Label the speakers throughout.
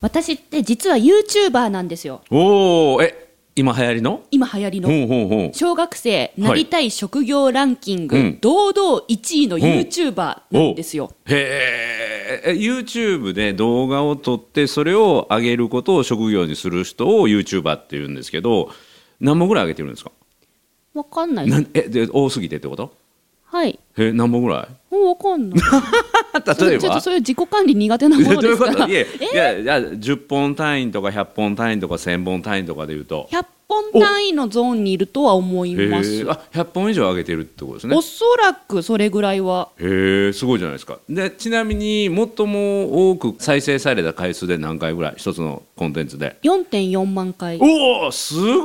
Speaker 1: 私って実は YouTuber なんですよ
Speaker 2: おおえ今流行りの
Speaker 1: 今流行りの、
Speaker 2: ほうほうほう
Speaker 1: 小学生なりたい職業ランキング、
Speaker 2: うん
Speaker 1: 堂々1位の YouTuber なんですよ、
Speaker 2: へーえ YouTube で動画を撮ってそれを上げることを職業にする人を YouTuber って言うんですけど何本ぐらい上げてるんですか
Speaker 1: わかんない
Speaker 2: なんえで多すぎてってこと
Speaker 1: はい
Speaker 2: え何本ぐらい
Speaker 1: もうわかんないそ
Speaker 2: 例え
Speaker 1: れちょっ
Speaker 2: ば
Speaker 1: とそういう自己管理苦手な
Speaker 2: え
Speaker 1: もの
Speaker 2: どうい
Speaker 1: で
Speaker 2: う
Speaker 1: す
Speaker 2: こ
Speaker 1: から
Speaker 2: といや
Speaker 1: 100
Speaker 2: いやいや10本単位とか100本単位とか1000本単位とかで言うと
Speaker 1: 本単位のゾーンにいるとは思い
Speaker 2: へえ
Speaker 1: ます、
Speaker 2: あ100本以上上げてるってことですね
Speaker 1: おそらくそれぐらいは
Speaker 2: へえすごいじゃないですかでちなみに最も多く再生された回数で何回ぐらい一つのコンテンツで
Speaker 1: 4.4万回
Speaker 2: おおすご
Speaker 1: 本
Speaker 2: い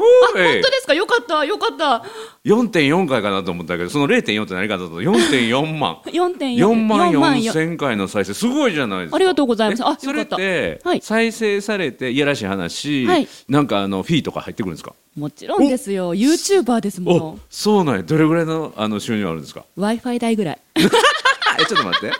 Speaker 1: 当ですかよかったよかった
Speaker 2: 4.4回かなと思ったけどその0.4って何かだと4.4万
Speaker 1: 4.4
Speaker 2: 4万
Speaker 1: 4万
Speaker 2: 4
Speaker 1: 4
Speaker 2: 千回の再生すごいじゃないですか
Speaker 1: ありがとうございます
Speaker 2: え
Speaker 1: あよかった
Speaker 2: それって
Speaker 1: はい
Speaker 2: 再生されていやらしい話、
Speaker 1: はい
Speaker 2: なんかあのフィーとか入ってくるんですか
Speaker 1: もちろんですよ YouTuber ですも
Speaker 2: お
Speaker 1: ん
Speaker 2: そうなんやどれぐらいのあの収入あるんですか
Speaker 1: w i f i 代ぐらい
Speaker 2: あ えちょっと待って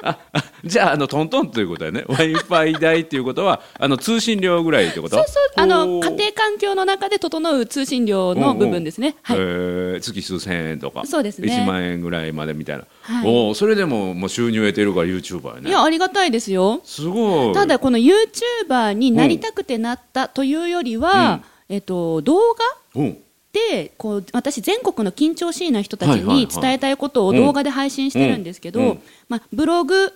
Speaker 2: ああじゃああのトントンということやね w i f i 代っていうことはあの通信料ぐらいってこと
Speaker 1: そうそうあの
Speaker 2: お
Speaker 1: 家
Speaker 2: ー
Speaker 1: 庭環境の中で整う通信料の部分ですね、は
Speaker 2: え
Speaker 1: い、
Speaker 2: ー月数千円とか
Speaker 1: そうですね
Speaker 2: 1万円ぐらいまでみたいな、
Speaker 1: はい
Speaker 2: おーそれでももう収入得てるから YouTuber や
Speaker 1: い
Speaker 2: ね
Speaker 1: やありがたいですよ
Speaker 2: すごい
Speaker 1: ただこの YouTuber になりたくてなったというよりは、えっと、動画
Speaker 2: うん
Speaker 1: でこう私全国の緊張しいな人たち
Speaker 2: はいはいはい
Speaker 1: に伝えたいことを動画で配信してるんですけど、
Speaker 2: うんうん
Speaker 1: まあ、ブログ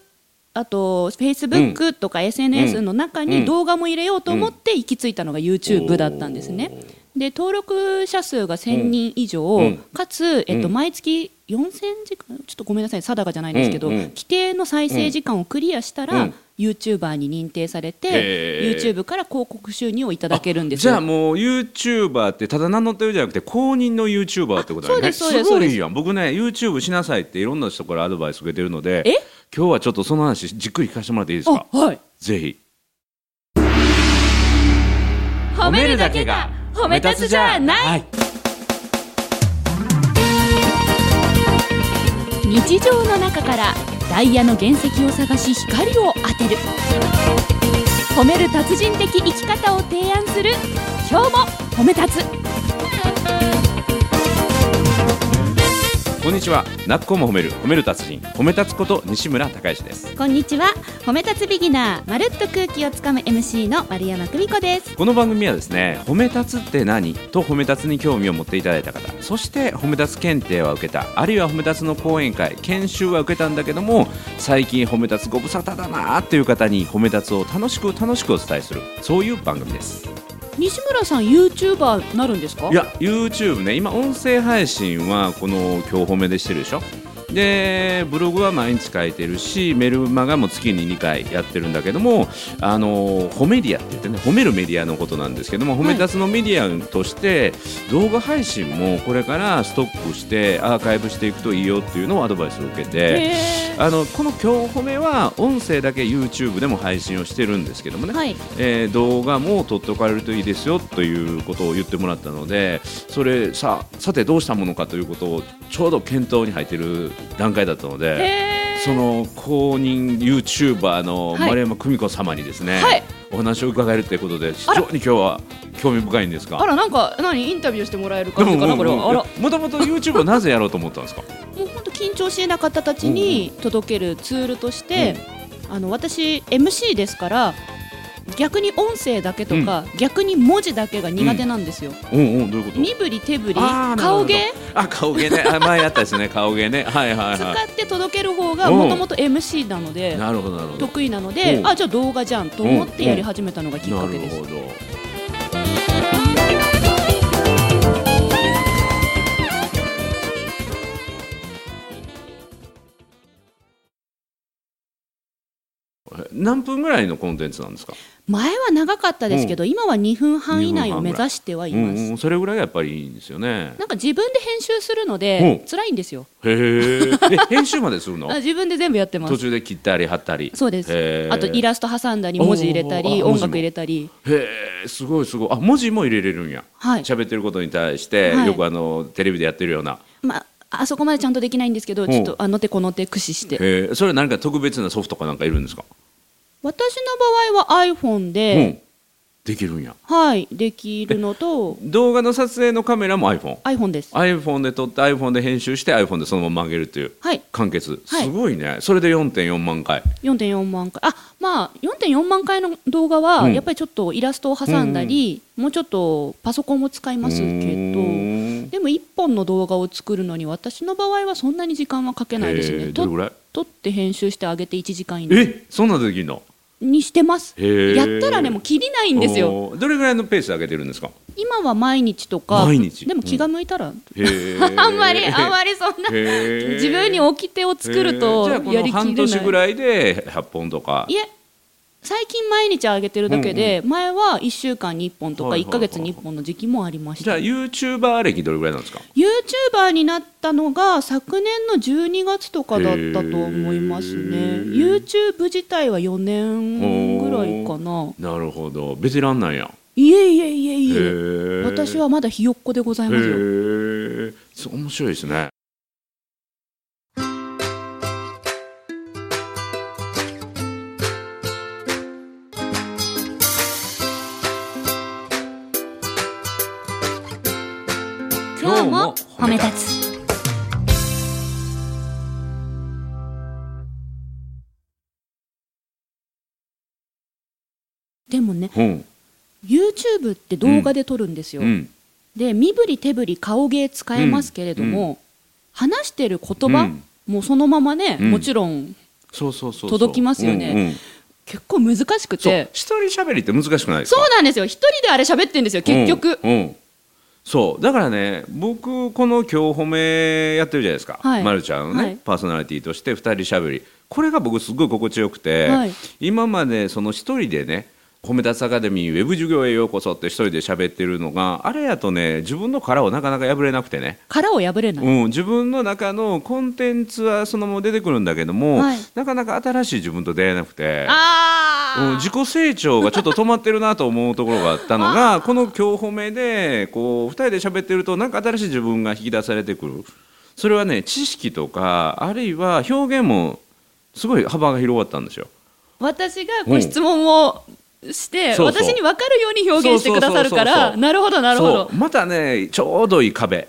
Speaker 1: あとフェイスブックとか SNS の中
Speaker 2: う
Speaker 1: に
Speaker 2: ん
Speaker 1: 動画も入れようと思って行き着いたのが YouTube だったんですね。で登録者数が1000人以上、
Speaker 2: うん
Speaker 1: かつ、えっと、
Speaker 2: うん
Speaker 1: 毎月4000時間ちょっとごめんなさい定かじゃないんですけど、
Speaker 2: うんうん
Speaker 1: 規定の再生時間をクリアしたら、
Speaker 2: うん
Speaker 1: YouTuber に認定されて
Speaker 2: へー
Speaker 1: YouTube から広告収入をいただけるんです
Speaker 2: じ
Speaker 1: よ
Speaker 2: ゃあもう YouTuber ってただ名乗ってるじゃなくて公認の YouTuber ってことだよね
Speaker 1: あそうですそうです
Speaker 2: ご
Speaker 1: そうで
Speaker 2: い
Speaker 1: す
Speaker 2: やん僕ね YouTube しなさいっていろんな人からアドバイス受けてるので
Speaker 1: え
Speaker 2: 今日はちょっとその話じっくり聞かせてもらっていいですか
Speaker 1: あはい
Speaker 2: ぜひ
Speaker 1: 褒めるだけが褒め立つじゃない、
Speaker 2: はい
Speaker 1: 日常の中からダイヤの原石を探し光を当てる褒める達人的生き方を提案する今日も褒め立つ
Speaker 2: こんにちはなっこも褒める褒める達人褒め立つこと西村孝之です
Speaker 1: こんにちは褒め立つビギナーまるっと空気をつかむ MC の丸山久美子です
Speaker 2: この番組はですね褒め立つって何と褒め立つに興味を持っていただいた方そして褒め立つ検定は受けたあるいは褒め立つの講演会研修は受けたんだけども最近褒め立つご無沙汰だなーっていう方に褒め立つを楽しく楽しくお伝えするそういう番組です
Speaker 1: 西村さん YouTuber なるんですか
Speaker 2: いや YouTube ね今音声配信はこの今日褒めでしてるでしょでブログは毎日書いてるしメルマガも月に2回やってるんだけどもあの褒めディアって言ってね褒めるメディアのことなんですけども褒め立つのメディアとして動画配信もこれからストックしてアーカイブしていくといいよっていうのをアドバイスを受けて。
Speaker 1: へ
Speaker 2: あのこの「今日褒め」は音声だけ YouTube でも配信をしてるんですけどもね、
Speaker 1: はい
Speaker 2: えー動画も撮っておかれるといいですよということを言ってもらったのでそれささてどうしたものかということをちょうど検討に入ってる段階だったの
Speaker 1: ー
Speaker 2: で。
Speaker 1: へ
Speaker 2: その公認 YouTuber の
Speaker 1: はい
Speaker 2: 丸山久美子様にですね、
Speaker 1: はい
Speaker 2: お話を伺えるということで非常に今日は興味深いんです
Speaker 1: ーあ
Speaker 2: が
Speaker 1: らなんか何インタビューしてもらえる感じかなこれはあら
Speaker 2: もともと YouTube をなぜやろうと思ったんですか
Speaker 1: もう本当緊張しいな方たちに届けるツールとして、あの私 MC ですから逆に音声だけとか、逆に文字だけが苦手なんですよ、
Speaker 2: うんうんどういうこと
Speaker 1: 身振り手振り
Speaker 2: あー
Speaker 1: 顔
Speaker 2: なる
Speaker 1: 芸
Speaker 2: あ顔芸ねあ前やったですね顔芸ねはいはい
Speaker 1: 使
Speaker 2: は
Speaker 1: って届ける方が
Speaker 2: うん
Speaker 1: もともと MC なの
Speaker 2: い
Speaker 1: で
Speaker 2: なるほどなるほど
Speaker 1: 得意なので
Speaker 2: うん
Speaker 1: あじゃあ動画じゃんと思ってやり始めたのがきっかけです、
Speaker 2: なるほどえ何分ぐらいのコンテンツなんですか
Speaker 1: 前は長かったですけど、今は2分半以内を目指してはい
Speaker 2: うん
Speaker 1: ます、
Speaker 2: うんそれぐらいがやっぱりいいんです よね
Speaker 1: なんか自分で編集するので
Speaker 2: うん
Speaker 1: 辛いんですよ
Speaker 2: へーえ編集までするの
Speaker 1: あ自分で全部やってます
Speaker 2: 途中で切ったり貼ったり
Speaker 1: そうです
Speaker 2: へー
Speaker 1: あとイラスト挟んだり文字入れた
Speaker 2: おー
Speaker 1: り
Speaker 2: あ文
Speaker 1: 音
Speaker 2: 字も
Speaker 1: 楽入れたり
Speaker 2: へえすごいすごいあ文字も入れれるんや
Speaker 1: はい、
Speaker 2: 喋ってることに対して、
Speaker 1: はい
Speaker 2: よくあのテレビでやってるような、
Speaker 1: まあ、あそこまでちゃんとできないんですけど
Speaker 2: ん
Speaker 1: ちょっとあの手この手駆使して
Speaker 2: えーそれは何か特別なソフトかなんかいるんですか
Speaker 1: 私の場合は iPhone
Speaker 2: う
Speaker 1: で、
Speaker 2: ん、できるんや
Speaker 1: はいできるのと
Speaker 2: 動画の撮影のカメラも iPhone
Speaker 1: iPhone です。
Speaker 2: iPhone で撮って iPhone で編集して iPhone でそのまま上げるという
Speaker 1: はい
Speaker 2: 完結
Speaker 1: はい
Speaker 2: すごいね、それで4.4万回
Speaker 1: 4.4万回あまあ4.4万回の動画は、
Speaker 2: うん
Speaker 1: やっぱりちょっとイラストを挟んだり、もうちょっとパソコンを使いますけ
Speaker 2: う
Speaker 1: ど
Speaker 2: ーん
Speaker 1: でも1本の動画を作るのに私の場合はそんなに時間はかけないです
Speaker 2: へー
Speaker 1: ね
Speaker 2: ど
Speaker 1: と
Speaker 2: れぐらい
Speaker 1: 撮って編集してあげて1時間以内
Speaker 2: えそんなのできるの
Speaker 1: にしてます
Speaker 2: へー
Speaker 1: やったらねもう切りないんですよ
Speaker 2: おーどれぐらいのペースで上げてるんですか
Speaker 1: 今は毎日とか
Speaker 2: 毎日
Speaker 1: でも気が向いたら、
Speaker 2: へ ー
Speaker 1: あんま りあんまりそんな
Speaker 2: へー
Speaker 1: 自分に掟を作ると
Speaker 2: へーじゃあこ
Speaker 1: や
Speaker 2: の
Speaker 1: りきれない
Speaker 2: 半年ぐらいで8本とか
Speaker 1: いえ最近毎日上げてるだけで、前は1週間に1本とか
Speaker 2: はいはい
Speaker 1: 1
Speaker 2: はい
Speaker 1: ヶ月に1本の時期もありまし
Speaker 2: じゃ
Speaker 1: た、
Speaker 2: あユーチューバー歴どれぐらいなんですか
Speaker 1: YouTuber になったのが昨年の12月とかだったと思いますね
Speaker 2: へー
Speaker 1: YouTube 自体は4年ぐらいかな
Speaker 2: なるほどベテランなんや
Speaker 1: いえいえいえい
Speaker 2: へ
Speaker 1: え
Speaker 2: ー
Speaker 1: 私はまだひよっこでございますよ
Speaker 2: へえ、そう面白いですね。今日も褒め立
Speaker 1: つでもね
Speaker 2: うん、
Speaker 1: YouTube って動画で撮るんですよ、
Speaker 2: うん、
Speaker 1: で身振り手振り顔芸使えますけれども、話してる言葉、
Speaker 2: うん
Speaker 1: もうそのままね、
Speaker 2: うん
Speaker 1: もちろん
Speaker 2: そうそうそうそう。
Speaker 1: 届きますよね
Speaker 2: うんうん
Speaker 1: 結構難しく
Speaker 2: そう
Speaker 1: て、
Speaker 2: 一人喋りって難しくないです
Speaker 1: そ
Speaker 2: か
Speaker 1: う。なんですよ一人であれ喋ってんですよ結局、
Speaker 2: うんうんそうだからね僕この「今日褒め」やってるじゃないですか、
Speaker 1: はい
Speaker 2: ま、るちゃんのね、
Speaker 1: はい
Speaker 2: パーソナリティとして2人しゃべりこれが僕すごい心地よくて、
Speaker 1: はい
Speaker 2: 今までその1人でね褒め立つアカデミーウェブ授業へようこそって1人で喋ってるのがあれやとね自分の殻をなかなか破れなくてね
Speaker 1: 殻を破れない、
Speaker 2: うん、自分の中のコンテンツはそのまま出てくるんだけども、
Speaker 1: はい
Speaker 2: なかなか新しい自分と出会えなくて、
Speaker 1: あ
Speaker 2: うん、自己成長がちょっと止まってるなと思うところがあったのがこの「今日褒めで」こう2人で喋ってるとなんか新しい自分が引き出されてくるそれはね知識とかあるいは表現もすごい幅が広がったんですよ。
Speaker 1: 私が
Speaker 2: う
Speaker 1: こ
Speaker 2: ん
Speaker 1: う質問をして、
Speaker 2: そうそう
Speaker 1: 私に分かるように表現してくださるか
Speaker 2: そうそうそうそう
Speaker 1: ら
Speaker 2: そう
Speaker 1: なるほどなるほど
Speaker 2: そうまたねちょうどいい 壁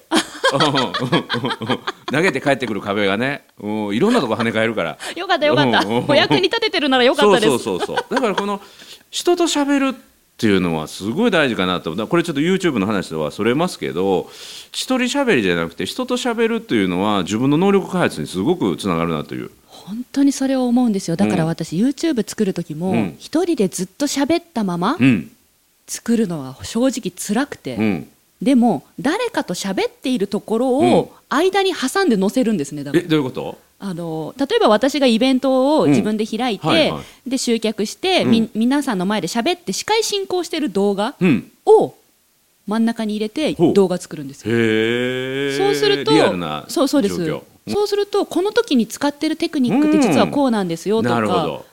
Speaker 2: 投げて帰ってくる壁がね、うん、いろんなとこ跳ね返るから。
Speaker 1: よかったよかった、
Speaker 2: うんうん
Speaker 1: お役に立ててるならよかったです
Speaker 2: そうそうそうそうだからこの人と喋るっていうのはすごい大事かなと思うだからこれちょっと YouTube の話とはそれますけど一人喋りじゃなくて人と喋るっていうのは自分の能力開発にすごくつながるなという
Speaker 1: 本当にそれを思うんですよだから私、YouTube 作る時
Speaker 2: う
Speaker 1: も
Speaker 2: ん
Speaker 1: 一、人でずっと喋ったまま
Speaker 2: うん
Speaker 1: 作るのは正直辛くて、
Speaker 2: うん
Speaker 1: でも誰かと喋っているところ
Speaker 2: うん
Speaker 1: を間に挟んで載せるんですねだか
Speaker 2: え
Speaker 1: ら
Speaker 2: どういうこと
Speaker 1: あの例えば私がイベントを自分で開いて、
Speaker 2: うんはいは
Speaker 1: で集客して、
Speaker 2: うん
Speaker 1: み皆さんの前で喋って司会進行してる動画
Speaker 2: うん
Speaker 1: を真ん中に入れて
Speaker 2: ほう
Speaker 1: 動画作るんですよ
Speaker 2: へえ
Speaker 1: そうすると、
Speaker 2: リアルな
Speaker 1: そうそうです
Speaker 2: 状況
Speaker 1: そうするとこの時に使ってるテクニックって実はこうなんですよと
Speaker 2: なるほ
Speaker 1: か
Speaker 2: ど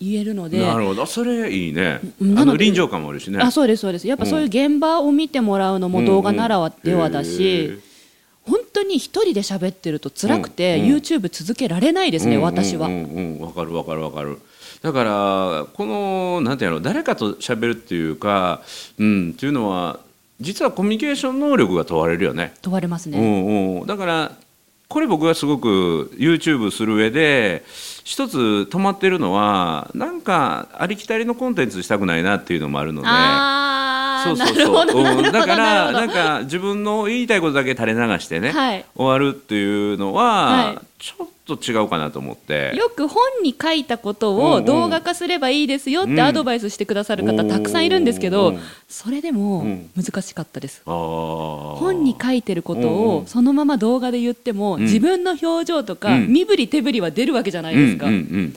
Speaker 1: 言えるので、
Speaker 2: なるほどそれいいね
Speaker 1: うん
Speaker 2: あ
Speaker 1: な
Speaker 2: の
Speaker 1: ので
Speaker 2: 臨場感もあるしね
Speaker 1: あそうですそうですやっぱそういう現場を見てもらうのも動画ならはではだし、
Speaker 2: うんうんへー
Speaker 1: 本当に一人で喋ってると辛くて、
Speaker 2: うんうん
Speaker 1: YouTube 続けられないですね、私は、
Speaker 2: うんうんうんわかるわかるわかる。だからこのなんていうの誰かと喋るっていうか、うんっていうのは実はコミュニケーション能力が問われるよね。
Speaker 1: 問われますね、
Speaker 2: うんうん。だからこれ僕はすごく YouTube する上で一つ止まってるのはなんかありきたりのコンテンツしたくないなっていうのもあるので。
Speaker 1: あ
Speaker 2: そ
Speaker 1: あ
Speaker 2: うそう
Speaker 1: な
Speaker 2: そう
Speaker 1: るほどなる
Speaker 2: う
Speaker 1: ほ
Speaker 2: ん
Speaker 1: ど
Speaker 2: だから
Speaker 1: な
Speaker 2: な
Speaker 1: る
Speaker 2: ん
Speaker 1: ほ
Speaker 2: か自分の言いたいことだけ垂れ流してね、
Speaker 1: はい
Speaker 2: 終わるっていうのは、
Speaker 1: はい
Speaker 2: ちょっと違うかなと思って
Speaker 1: どよく本に書いたこと
Speaker 2: うんう
Speaker 1: を
Speaker 2: ん
Speaker 1: 動画化すればいいですよっ
Speaker 2: うん
Speaker 1: てアドバイスしてくださる方たくさんいるんですけ
Speaker 2: う
Speaker 1: ど
Speaker 2: ん
Speaker 1: それでも
Speaker 2: うん
Speaker 1: 難しかったです本
Speaker 2: 本
Speaker 1: に書いてること
Speaker 2: う
Speaker 1: を
Speaker 2: ん
Speaker 1: そのまま動画で言っても
Speaker 2: ん
Speaker 1: 自分の表情とか
Speaker 2: うん
Speaker 1: 身振り手振りは出るわけじゃないですか
Speaker 2: うんうんうん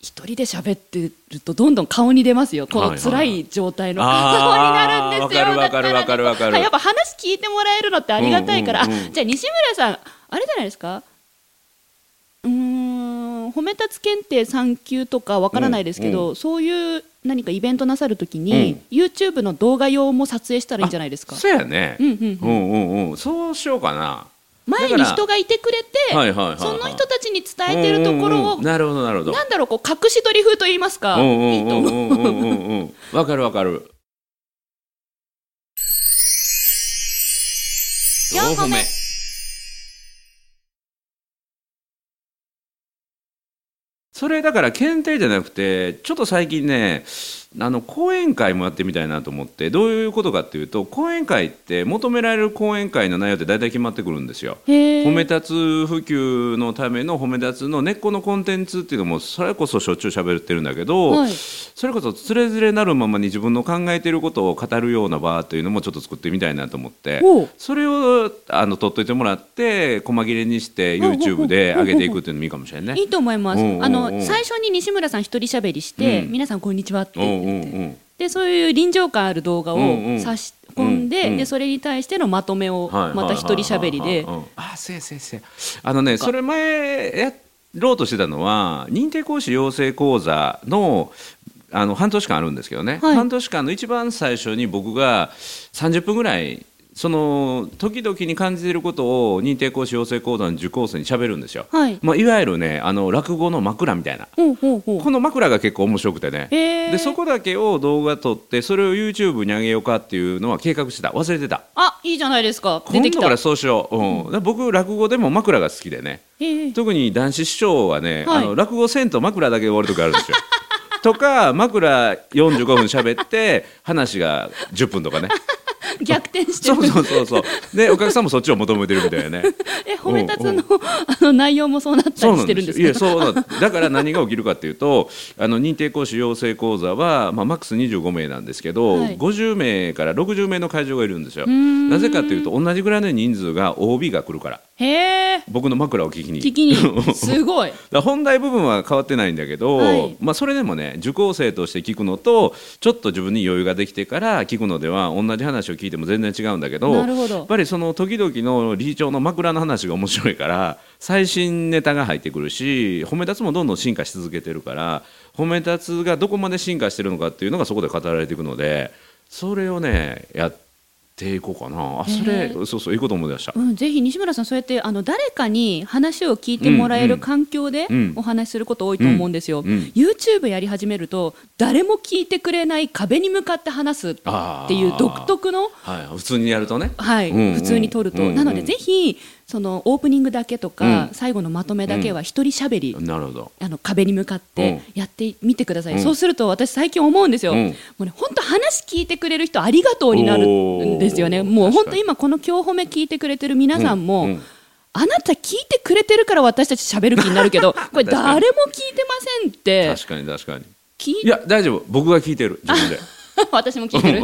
Speaker 1: 一人で喋ってるとどんどん顔に出ますよこ
Speaker 2: は
Speaker 1: の
Speaker 2: いはいは
Speaker 1: 辛
Speaker 2: い
Speaker 1: い状態の顔に
Speaker 2: あー
Speaker 1: なるんですよ
Speaker 2: わかるわかるわかるわか
Speaker 1: だ
Speaker 2: る
Speaker 1: らねやっぱ話聞いてもらえるのってありがたいから、
Speaker 2: うんうんうん
Speaker 1: あじゃあ西村さんあれじゃないですかうーん褒め立つ検定3級とかわからないですけど、
Speaker 2: うん
Speaker 1: そういう何かイベントなさるときに、YouTube の動画用も撮影したらいいんじゃないですか
Speaker 2: そうやね
Speaker 1: うんうんうん
Speaker 2: うんうんうんそうしようかな
Speaker 1: 前に人がいてくれて、
Speaker 2: はいはいはいはい
Speaker 1: その人たちに伝えてるところ
Speaker 2: うんうんう
Speaker 1: を
Speaker 2: んなるほどなるほど
Speaker 1: なんだろうこう隠し撮り風と言いますか、
Speaker 2: うんうん
Speaker 1: いいと
Speaker 2: う
Speaker 1: 思
Speaker 2: ん
Speaker 1: う。
Speaker 2: うんうんうんうんわかるわかる
Speaker 1: 四歩目
Speaker 2: それだから検定じゃなくてちょっと最近ねあの講演会もやってみたいなと思ってどういうことかっていうと講演会って求められる講演会の内容って大体決まってくるんですよ。
Speaker 1: へー
Speaker 2: 褒め立つ普及のための褒め立つの根っこのコンテンツっていうのもそれこそしょっちゅう喋ってるんだけど、
Speaker 1: はい
Speaker 2: それこそつれづれなるままに自分の考えていることを語るような場というのもちょっと作ってみたいなと思って
Speaker 1: おう
Speaker 2: それをあの取っといてもらって細切れにして
Speaker 1: おうおうおう
Speaker 2: YouTube で上げていくっていうのもいいかもしれない
Speaker 1: い
Speaker 2: ね。
Speaker 1: いと思います。
Speaker 2: うんうんうん
Speaker 1: あの最初に西村さん一人喋りして、
Speaker 2: うん
Speaker 1: 皆さんこんにちはって
Speaker 2: おうお
Speaker 1: 言って
Speaker 2: うおう
Speaker 1: でそういう臨場感ある動画を
Speaker 2: うんうん
Speaker 1: 差し込んで,、
Speaker 2: うんうん
Speaker 1: でそれに対してのまとめを
Speaker 2: はい
Speaker 1: また一人喋りで
Speaker 2: はいはいはいはいうんあせやせやせやあのねそれ前やろうとしてたのは認定講師養成講座のあの半年間あるんですけどね、
Speaker 1: はい
Speaker 2: 半年間の一番最初に僕が30分ぐらいその時々に感じていることを認定講師養成講座の受講生に喋るんですよ、
Speaker 1: はい
Speaker 2: まあ、いわゆるねあの落語の枕みたいな
Speaker 1: ほうほうほう
Speaker 2: この枕が結構面白くてね、
Speaker 1: へー
Speaker 2: でそこだけを動画撮ってそれを YouTube に上げようかっていうのは計画してた忘れてた
Speaker 1: あいいじゃないですか出
Speaker 2: 今
Speaker 1: てき
Speaker 2: 度か
Speaker 1: た
Speaker 2: らそうしよう、うんだから僕落語でも枕が好きでね
Speaker 1: へー
Speaker 2: 特に男子師匠はね、
Speaker 1: はい
Speaker 2: あの落語せんと枕だけで終わる時あるんですよ とか枕45分喋って話が10分 とかね
Speaker 1: 逆転して
Speaker 2: そ
Speaker 1: る
Speaker 2: うそうそうそうでお客さんもそっちを求めてるみたいな ね
Speaker 1: え褒め立つのあの内容もそうなった
Speaker 2: そう
Speaker 1: り
Speaker 2: な
Speaker 1: し
Speaker 2: ん
Speaker 1: てるん
Speaker 2: で
Speaker 1: ですす
Speaker 2: よい
Speaker 1: け
Speaker 2: や
Speaker 1: ど
Speaker 2: そうなんだから何が起きるかっていうとあの認定講師養成講座は、まあ、マックス25名なんですけど、
Speaker 1: はい
Speaker 2: 50名から60名の会場がいるんですよなぜかというと同じぐらいの人数が OB が来るから
Speaker 1: へえ
Speaker 2: 僕の枕を聞きに
Speaker 1: 聞き にすごい
Speaker 2: だから本題部分は変わってないんだけど、
Speaker 1: はい
Speaker 2: まあ、それでもね受講生として聞くのとちょっと自分に余裕ができてから聞くのでは同じ話を聞いても全然違うんだけど
Speaker 1: なるほど
Speaker 2: やっぱりその時々の理事長の枕の話が面白いから最新ネタが入ってくるし褒め立つもどんどん進化し続けてるから褒め立つがどこまで進化してるのかっていうのがそこで語られていくのでそれをねやっていこうかなあそ
Speaker 1: へえ
Speaker 2: れそうそういいこと思い出した
Speaker 1: う。ん、ぜひ西村さん、そうやってあの誰かに話を聞いてもらえ
Speaker 2: うん
Speaker 1: る
Speaker 2: うん
Speaker 1: 環境で
Speaker 2: うん
Speaker 1: お話しすること多いと思うんですよ、
Speaker 2: うんうん
Speaker 1: YouTube やり始めると、誰も聞いてくれない壁に向かって話すっ
Speaker 2: あー
Speaker 1: ていう独特の、
Speaker 2: はい、普通にやるとね、
Speaker 1: はい
Speaker 2: うんうん
Speaker 1: 普通に撮ると、
Speaker 2: うんうん
Speaker 1: なのでぜひそのオープニングだけとか、
Speaker 2: うん
Speaker 1: 最後のまとめだけは、一人しゃべり、
Speaker 2: なるほど
Speaker 1: あの壁に向かってやってみてください、
Speaker 2: うん
Speaker 1: そうすると私最近思うんですよ、
Speaker 2: うん
Speaker 1: もうね本当話聞いてくれる人ありがとうになるんですよね
Speaker 2: おー
Speaker 1: もう
Speaker 2: 確
Speaker 1: 本
Speaker 2: か
Speaker 1: 当
Speaker 2: に
Speaker 1: 今この今日褒め聞いてくれてる皆さんも、
Speaker 2: うんうん
Speaker 1: あなた聞いてくれてるから私たち喋る気になるけど これ
Speaker 2: 確かに
Speaker 1: 誰も聞いてませんって
Speaker 2: 確かに確かに
Speaker 1: 聞い
Speaker 2: いや大丈夫僕が聞いてる自分で
Speaker 1: 私も聞いてる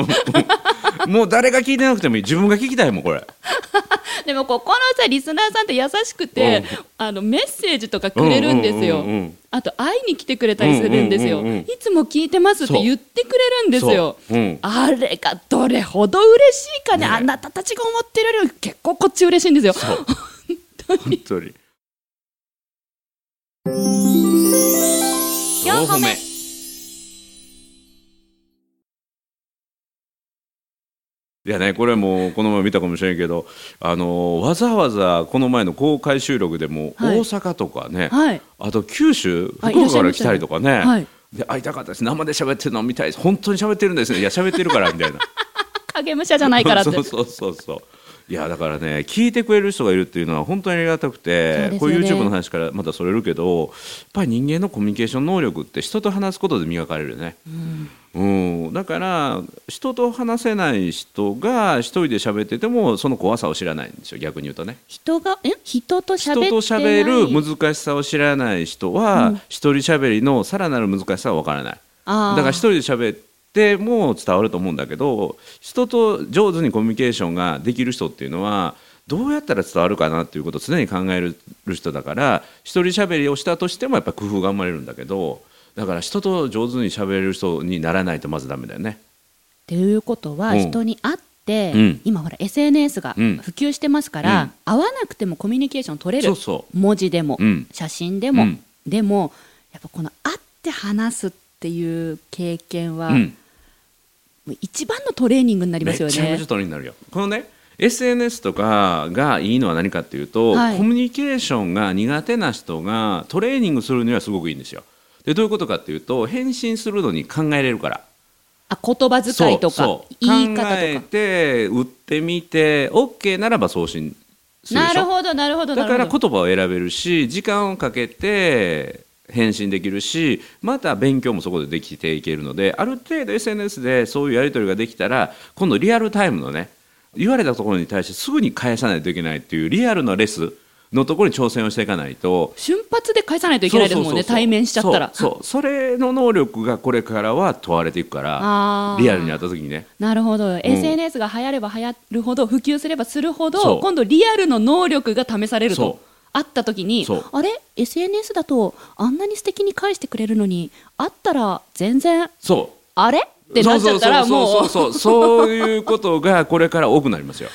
Speaker 2: もう誰が聞いてなくてもいい自分が聞きたいもんこれ
Speaker 1: でもここのさリスナーさんって優しくて、あのメッセージとかくれるんですよ、
Speaker 2: うんうんうんうん
Speaker 1: あと会いに来てくれたりするんですよ、
Speaker 2: うんうんうんうん
Speaker 1: いつも聞いてますって言ってくれるんですよ、
Speaker 2: そううん
Speaker 1: あれがどれほど嬉しいかね
Speaker 2: ね
Speaker 1: あなたたちが思ってるより結構こっち嬉しいんですよ
Speaker 2: そう本当 に
Speaker 1: 四歩目
Speaker 2: いやね、これもうこの前見たかもしれんけど、あのわざわざこの前の公開収録でも
Speaker 1: は
Speaker 2: 大
Speaker 1: い
Speaker 2: 阪とかね、
Speaker 1: はい
Speaker 2: あと九州福
Speaker 1: あいらっ
Speaker 2: 岡
Speaker 1: しゃい
Speaker 2: から
Speaker 1: まし
Speaker 2: 来
Speaker 1: たよ
Speaker 2: たりとかね、
Speaker 1: はい
Speaker 2: で会いたかったです生で喋ってるのみたいです本当に喋ってるんですねいや喋ってるからみたいな
Speaker 1: 影武者じゃないからって
Speaker 2: そうそうそうそういやだからね聞いてくれる人がいるっていうのは本当にありがたく
Speaker 1: そう
Speaker 2: て、
Speaker 1: ですよね
Speaker 2: こういう YouTube の話からまたそれるけどやっぱり人間のコミュニケーション能力って人と話すことで磨かれるね。うん、だから人と話せない人が一人で喋っててもその怖さを知らないんですよ逆に言うとね。
Speaker 1: 人がえ人と喋っ
Speaker 2: 人
Speaker 1: てない
Speaker 2: と喋る難しさを知らない人は一人喋りのさらなる難しさは分からない。
Speaker 1: あー
Speaker 2: だから一人で喋っても伝わると思うんだけど人と上手にコミュニケーションができる人っていうのはどうやったら伝わるかなっていうことを常に考える人だから一人喋りをしたとしてもやっぱ工夫が生まれるんだけどだから人と上手に喋れる人にならないとまずダメだよね。
Speaker 1: っていうことは、
Speaker 2: うん
Speaker 1: 人に会って、
Speaker 2: うん
Speaker 1: 今ほら SNS が普
Speaker 2: うん
Speaker 1: 及してますから、
Speaker 2: うん
Speaker 1: 会わなくてもコミュニケーション取れる
Speaker 2: そうそう
Speaker 1: 文字でも、
Speaker 2: うん
Speaker 1: 写真でも、
Speaker 2: うん
Speaker 1: でもやっぱこの会って話すっていう経験は、
Speaker 2: うん
Speaker 1: もう一番のトレーニングになりま
Speaker 2: め
Speaker 1: す
Speaker 2: ちゃ
Speaker 1: よ
Speaker 2: めちゃ
Speaker 1: ね。
Speaker 2: 取りになるよ。このね SNS とかがいいのは何かっていうと、
Speaker 1: はい
Speaker 2: コミュニケーションが苦手な人がトレーニングするにはすごくいいんですよ。でどういうことかっていうと返信するのに考えれるから。
Speaker 1: あ言葉遣いとか
Speaker 2: そうそう
Speaker 1: 言い方
Speaker 2: 考え
Speaker 1: とか
Speaker 2: て打ってみて OK ならば送信するで
Speaker 1: な
Speaker 2: し
Speaker 1: る
Speaker 2: ょ
Speaker 1: ほどなるほどなる
Speaker 2: だ
Speaker 1: ほど
Speaker 2: から言葉を選べるし時間をかけて返信できるしまた勉強もそこでできていけるのである程度 SNS でそういうやり取りができたら今度リアルタイムのね言われたところに対してすぐに返さないといけないっていうリアルなレスのところに挑戦をしていかないと
Speaker 1: 瞬発で返さないといけないですもんね
Speaker 2: そうそうそうそう
Speaker 1: 対面しちゃったら
Speaker 2: そうそうそれの能力がこれからは問われていくから
Speaker 1: あー
Speaker 2: リアルになった時にね
Speaker 1: なるほど、SNS が流行れば流行るほど普及すればするほ
Speaker 2: そ
Speaker 1: ど
Speaker 2: う
Speaker 1: 今度リアルの能力が試される
Speaker 2: そ
Speaker 1: と
Speaker 2: う
Speaker 1: あった時に
Speaker 2: そう
Speaker 1: あれ SNS だとあんなに素敵に返してくれるのに会ったら全然
Speaker 2: そう
Speaker 1: あれってなっちゃったらも
Speaker 2: そううそうそうそうそうそういうことがこれから多くなりますよ、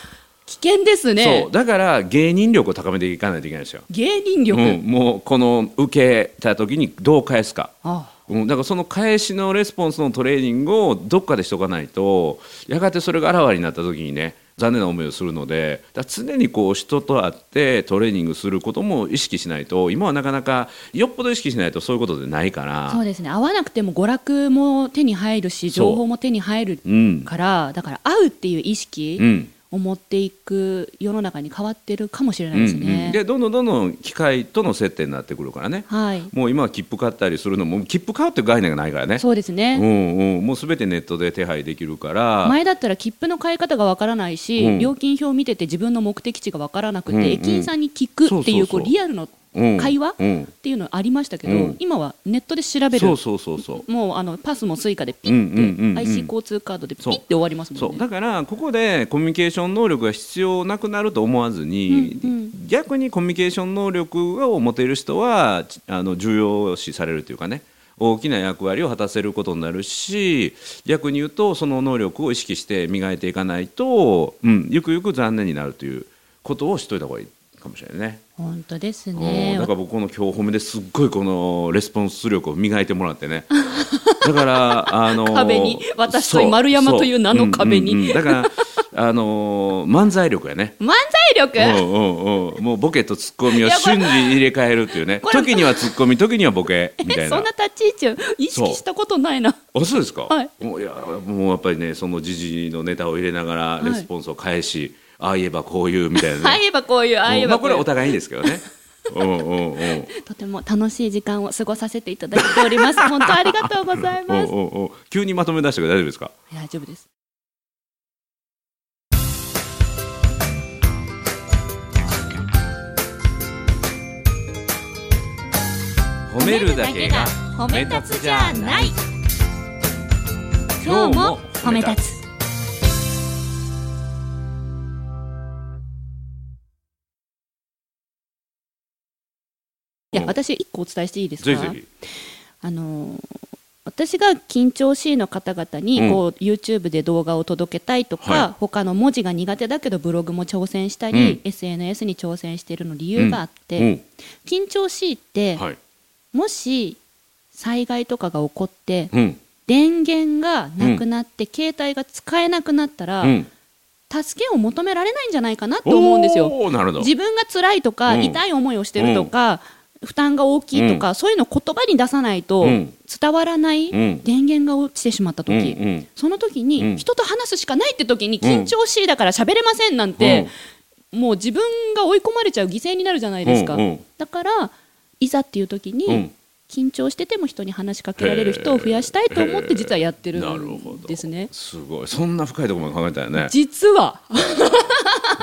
Speaker 1: 危険ですね
Speaker 2: そうだから芸人力を高めていかないといけないですよ、
Speaker 1: 芸人力、
Speaker 2: うん、もうこの受けた時にどう返すか、
Speaker 1: あ
Speaker 2: うん、だからその返しのレスポンスのトレーニングをどっかでしとかないとやがてそれがあらわになった時にね残念な思いをするのでだから常にこう人と会ってトレーニングすることも意識しないと今はなかなかよっぽど意識しないとそういうことでないから
Speaker 1: あそうですね会わなくても娯楽も手に入るし
Speaker 2: そう
Speaker 1: 情報も手に入る
Speaker 2: うん
Speaker 1: からだから会うっていう意識
Speaker 2: うん
Speaker 1: を持っていく世の中に変わってるかもしれないですね。
Speaker 2: うんうん、でどんどんどんどん機械との接点になってくるからね、
Speaker 1: はい
Speaker 2: もう今は切符買ったりするのも切符買うっていう概念がないからね
Speaker 1: そうですね、
Speaker 2: んうん、もうすべてネットで手配できるから、
Speaker 1: 前だったら切符の買い方がわからないし、
Speaker 2: うん
Speaker 1: 料金表を見てて自分の目的地がわからなくて、
Speaker 2: うんうん
Speaker 1: 駅員さんに聞くっていう
Speaker 2: そうそうそう
Speaker 1: こうリアルの
Speaker 2: うん
Speaker 1: 会話
Speaker 2: うん
Speaker 1: っていうのありましたけど、
Speaker 2: うん
Speaker 1: 今はネットで調べる
Speaker 2: そうそうそうそう
Speaker 1: もうあのパスもスイカでピ
Speaker 2: うんうんうんう
Speaker 1: ッ
Speaker 2: ん
Speaker 1: て IC 交通カードでピッ
Speaker 2: そう
Speaker 1: て終わりますも
Speaker 2: そ
Speaker 1: ん
Speaker 2: う
Speaker 1: ね。
Speaker 2: だからここでコミュニケーション能力が必要なくなると思わずに、
Speaker 1: うんう
Speaker 2: 逆にコミュニケーション能力を持てる人はちあの重要視されるというかね大きな役割を果たせることになるし逆に言うとその能力を意識して磨いていかないと、うん、ゆくゆく残念になるということをしといた方がいいかもしれないね。
Speaker 1: 本当です
Speaker 2: う
Speaker 1: ね
Speaker 2: んだから僕この今日褒めですっごいこのレスポンス力を磨いてもらっ てねだからあの
Speaker 1: 壁に私と
Speaker 2: そう
Speaker 1: 丸山という名の壁に
Speaker 2: そううんうんうんだからあの漫才力やね
Speaker 1: 漫才力、
Speaker 2: うんうんうんもうボケとツッコミを瞬時に入れ替えるっていうね
Speaker 1: これ
Speaker 2: 時にはツッコミ時にはボケみた
Speaker 1: え
Speaker 2: い
Speaker 1: そ
Speaker 2: なん
Speaker 1: な立ち位置を意識したことないな。
Speaker 2: あそうですか、
Speaker 1: はい
Speaker 2: もういやもうやっぱりねその時事のネタを入れながら
Speaker 1: い
Speaker 2: レスポンスを返し、ああ言えばこういうみた いなね、
Speaker 1: ああ言えばこういう、ああ言え
Speaker 2: うん
Speaker 1: ば
Speaker 2: まあ
Speaker 1: こう
Speaker 2: こ
Speaker 1: い
Speaker 2: れは
Speaker 1: う
Speaker 2: お。互いにですけど ねうんうんうん
Speaker 1: とても楽しい時間を過ごさせていただいており ます。本当ありがとうござい
Speaker 2: お
Speaker 1: ま
Speaker 2: う
Speaker 1: す。
Speaker 2: おうおう急にまとめ出したけど大丈夫ですか
Speaker 1: 大丈夫です。
Speaker 2: 褒めるだけが
Speaker 1: 褒
Speaker 2: め立つじゃない
Speaker 1: 今日も褒め立ついや
Speaker 2: うん
Speaker 1: 私一個お伝えしていいですか
Speaker 2: ぜひぜひ
Speaker 1: あのー私が緊張しいの方々
Speaker 2: うん
Speaker 1: にこう、YouTube で動画を届けたいとか、
Speaker 2: はい
Speaker 1: 他の文字が苦手だけどブログも挑戦した
Speaker 2: うん
Speaker 1: り、SNS に挑戦しているの理由があって、緊張しいって、
Speaker 2: うんはい
Speaker 1: もし災害とかが起こって、
Speaker 2: うん
Speaker 1: 電源がなくなって、携帯が使えなくなったら、
Speaker 2: うん
Speaker 1: 助けを求められないんじゃないかなと思うんですよ。
Speaker 2: おーなるほど
Speaker 1: 自分が辛いとか、
Speaker 2: うん
Speaker 1: 痛い思いをしてるとか、負担が大きいとか、そういうのを言葉に出さないと
Speaker 2: うん
Speaker 1: 伝わらない
Speaker 2: うん
Speaker 1: 電源が落ちてしまった時、
Speaker 2: うんうん
Speaker 1: その時
Speaker 2: うん
Speaker 1: に人と話すしかないって時に緊張しいだから喋れませんなんて、もう自分が追い込まれちゃう犠牲になるじゃないですか、
Speaker 2: うんうん
Speaker 1: だからいざっていう時
Speaker 2: う
Speaker 1: に
Speaker 2: ん
Speaker 1: 緊張してても人に話しかけられる人を増やしたいと思って実はやってる
Speaker 2: なるほ
Speaker 1: ん
Speaker 2: ど
Speaker 1: ですね。
Speaker 2: すごいそんな深いところまで考えたよ ね
Speaker 1: 実は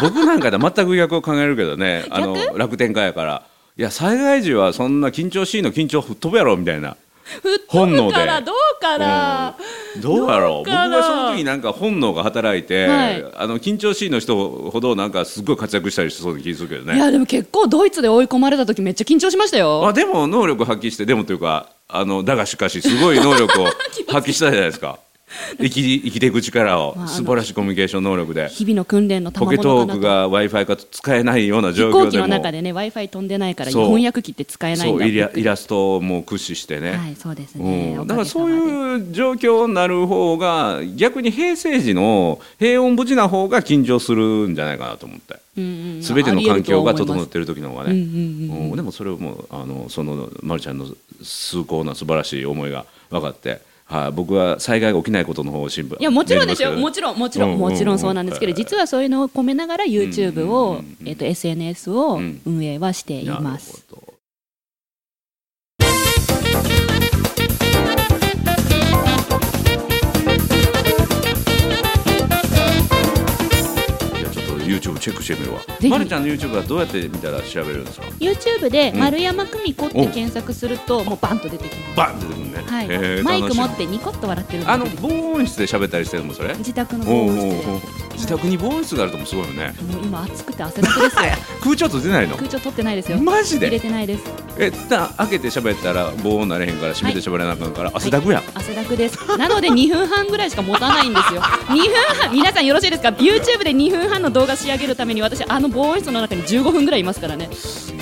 Speaker 2: 僕なんかで全く逆を考えるけどねあの楽天家やからいや災害時はそんな緊張しいの緊張吹っ飛ぶやろみたいな
Speaker 1: 吹っ
Speaker 2: 本
Speaker 1: 飛
Speaker 2: 能
Speaker 1: ぶ
Speaker 2: で
Speaker 1: からどうかな、
Speaker 2: うんどうや
Speaker 1: ど
Speaker 2: ろう
Speaker 1: うかな
Speaker 2: 僕がその時なんか本能が働いて、
Speaker 1: はい
Speaker 2: あの緊張しいの人ほどなんかすっごい活躍したりしそうな気するけどね
Speaker 1: いやでも結構ドイツで追い込まれた時めっちゃ緊張しましたよ
Speaker 2: あで も能力発揮してでもというかあのだがしかしすごい能力を発揮したじゃないですか生き生きていく力を
Speaker 1: まああの
Speaker 2: 素晴らしいコミュニケーション能力で
Speaker 1: 日々の訓練の
Speaker 2: ポ
Speaker 1: 賜
Speaker 2: ケ
Speaker 1: 物
Speaker 2: トー
Speaker 1: かな
Speaker 2: ク
Speaker 1: と
Speaker 2: が w i f i 化と使えないような状
Speaker 1: 飛
Speaker 2: 況
Speaker 1: 行
Speaker 2: で
Speaker 1: 機
Speaker 2: も
Speaker 1: の中でね w i f i 飛んでないから
Speaker 2: そう
Speaker 1: 翻訳機って使えない
Speaker 2: そ
Speaker 1: ん
Speaker 2: う
Speaker 1: だ
Speaker 2: イライ
Speaker 1: ラ
Speaker 2: ラストも駆使してね、
Speaker 1: はいそうですね、
Speaker 2: う
Speaker 1: お
Speaker 2: ん、
Speaker 1: かげさまで
Speaker 2: だからそういう状況になる方が逆に平成時の平穏無事な方が緊張するんじゃないかなと思って
Speaker 1: うんうんうん
Speaker 2: 全ての環境が整っ
Speaker 1: あり
Speaker 2: てる時の方が
Speaker 1: えると思いますうん
Speaker 2: ね、
Speaker 1: うんうん
Speaker 2: うんでもそれをもうあのそのまるちゃんの崇高な素晴らしい思いが分かって、はい、僕は災害が起きないことの方を心配
Speaker 1: いやもちろんですよ、もちろん、もちろ、
Speaker 2: うんんうんうん
Speaker 1: もちろんそうなんですけど、実はそういうのを込めながら、YouTube
Speaker 2: うんうん
Speaker 1: を
Speaker 2: うん、
Speaker 1: えっと、SNS を
Speaker 2: うん
Speaker 1: 運営はしています。
Speaker 2: なるほどいやちょっと YouTube チェックしてみるわ
Speaker 1: ひ
Speaker 2: まるちゃんの YouTube はどうやって見たら調べるんですか
Speaker 1: YouTube で
Speaker 2: う、ん
Speaker 1: 丸山久美子って検索すると、もうバンと出てきます。
Speaker 2: バンって出てくるね、
Speaker 1: は
Speaker 2: へ
Speaker 1: い、
Speaker 2: ー
Speaker 1: マイク持っ
Speaker 2: 楽して
Speaker 1: ニコッと笑ってる
Speaker 2: みあ
Speaker 1: のが
Speaker 2: の
Speaker 1: 出てき
Speaker 2: 防
Speaker 1: ま
Speaker 2: 音室で喋ったりしてるのもそれ
Speaker 1: す自宅の防
Speaker 2: おうおう
Speaker 1: 音室
Speaker 2: おう自宅に防音室があるともすごいよね
Speaker 1: でもう今暑くて汗だくですよ
Speaker 2: 空調と出ないの
Speaker 1: 空調取ってないですよ
Speaker 2: マジ
Speaker 1: 入れ
Speaker 2: で
Speaker 1: てないです
Speaker 2: えだ開けて喋ったら防音なれへんから閉めて喋らなあかんから、汗だくやん
Speaker 1: 汗だくですなので2分半ぐらいしか持たないんですよ2分半皆さんよろしいですか YouTube で2分半の動画仕上げるために私あの防音室の中に15分ぐらいいますからね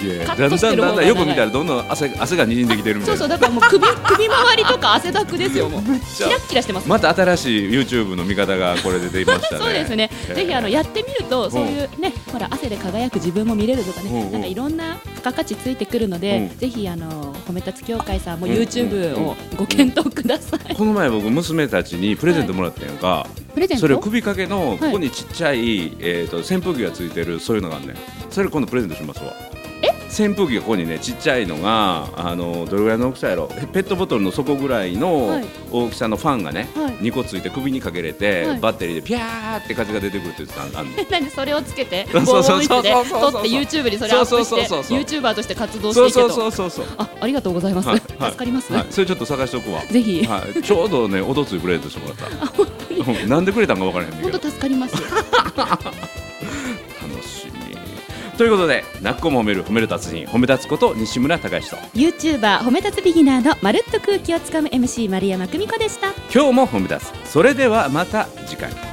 Speaker 2: いや
Speaker 1: カ
Speaker 2: だ
Speaker 1: ッ
Speaker 2: ん
Speaker 1: ト
Speaker 2: だん
Speaker 1: してる
Speaker 2: だん
Speaker 1: 方が長い
Speaker 2: だんよく見たらどんどん汗汗が滲んできてるみた
Speaker 1: そ
Speaker 2: いうな
Speaker 1: そうだからもう首 首周りとか汗だくですよもうキ
Speaker 2: ゃ
Speaker 1: ラッキラしてます
Speaker 2: また新しい YouTube の見方がこれで出てきましたね
Speaker 1: そうですね、
Speaker 2: えー
Speaker 1: ぜひあのやってみると、そういうね、ほら、汗で輝く自分も見れるとかね、
Speaker 2: うんうん
Speaker 1: なんかいろんな付加価値ついてくるので、
Speaker 2: うん
Speaker 1: ぜひあの褒め立つ協会さんも
Speaker 2: うん
Speaker 1: YouTube をご検討ください。
Speaker 2: この前僕娘たちにプレゼントもらったやんか、
Speaker 1: プレゼン
Speaker 2: それを
Speaker 1: ト
Speaker 2: 首掛けのここにちっちゃい、えー、と扇風機がついてるそういうのがあんねんそれ今度プレゼントしますわ扇風機がここにねちっちゃいのがあのどれぐらいの大きさやろえペットボトルの底ぐらい
Speaker 1: は
Speaker 2: の
Speaker 1: い
Speaker 2: 大きさのファンがね、
Speaker 1: はい
Speaker 2: 2個ついて首にかけれて、
Speaker 1: はい
Speaker 2: バッテリーでピャーって風が出てくるって言ってたんだ
Speaker 1: なんでそれをつけて、防
Speaker 2: そうそう
Speaker 1: 音
Speaker 2: そう
Speaker 1: 室で
Speaker 2: そうそう
Speaker 1: 撮
Speaker 2: そう
Speaker 1: って YouTube にそれアップして、
Speaker 2: そうそうそうそう
Speaker 1: YouTuber として活動して
Speaker 2: そ
Speaker 1: いうけ
Speaker 2: そ
Speaker 1: と。
Speaker 2: うそうそうそう
Speaker 1: あ、ありがとうございます。
Speaker 2: はい
Speaker 1: 助
Speaker 2: はい
Speaker 1: かります。
Speaker 2: はい、それちょっと探しておくわ。
Speaker 1: ぜひ、
Speaker 2: はい、ちょうどね、おとついプレゼントしてもらった。なんでくれたんか分からへんねんけ
Speaker 1: 本
Speaker 2: ど
Speaker 1: 当、助かります。
Speaker 2: 楽しみ。ということで、泣く子も褒める、褒める達人、褒め立つこと西村隆之と、
Speaker 1: YouTuber 褒め立つビギナーのまるっと空気をつかむ MC 丸山久美子でした。
Speaker 2: 今日も褒め立つ。それではまた次回。